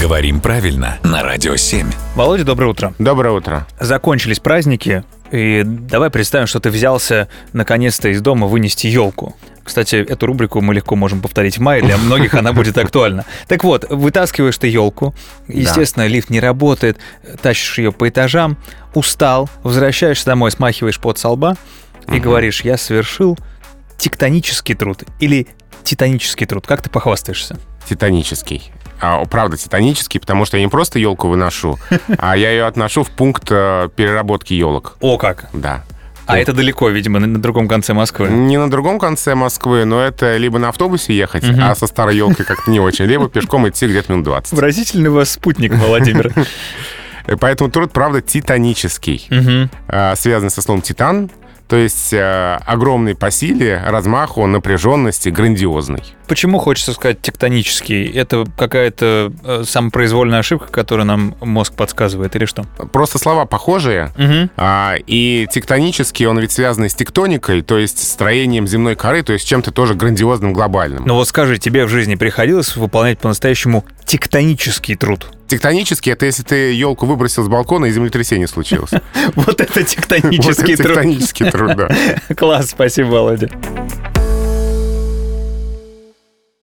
Говорим правильно на Радио 7. Володя, доброе утро. Доброе утро. Закончились праздники, и давай представим, что ты взялся наконец-то из дома вынести елку. Кстати, эту рубрику мы легко можем повторить в мае, для многих она будет актуальна. Так вот, вытаскиваешь ты елку, естественно, лифт не работает, тащишь ее по этажам, устал, возвращаешься домой, смахиваешь под со лба и говоришь, я совершил тектонический труд или титанический труд. Как ты похвастаешься? Титанический. А, правда, титанический, потому что я не просто елку выношу, а я ее отношу в пункт э, переработки елок. О как! Да. А это далеко, видимо, на- на другом конце Москвы. Не на другом конце Москвы, но это либо на автобусе ехать, а со старой елкой как-то не очень, либо пешком идти где-то минут 20. Выразительный у вас спутник, Владимир. Э, Поэтому труд, правда, титанический, Мгм. Э, связан со словом «титан», то есть э, огромный по силе, размаху, напряженности, грандиозный. Почему хочется сказать тектонический? Это какая-то э, самопроизвольная ошибка, которую нам мозг подсказывает, или что? Просто слова похожие, А, и тектонический, он ведь связан с тектоникой, то есть строением земной коры, то есть чем-то тоже грандиозным, глобальным. Ну вот скажи, тебе в жизни приходилось выполнять по-настоящему тектонический труд? Тектонический — это если ты елку выбросил с балкона и землетрясение случилось. Вот это Вот это тектонический труд. Тектонический труд, да. Класс, спасибо, Володя.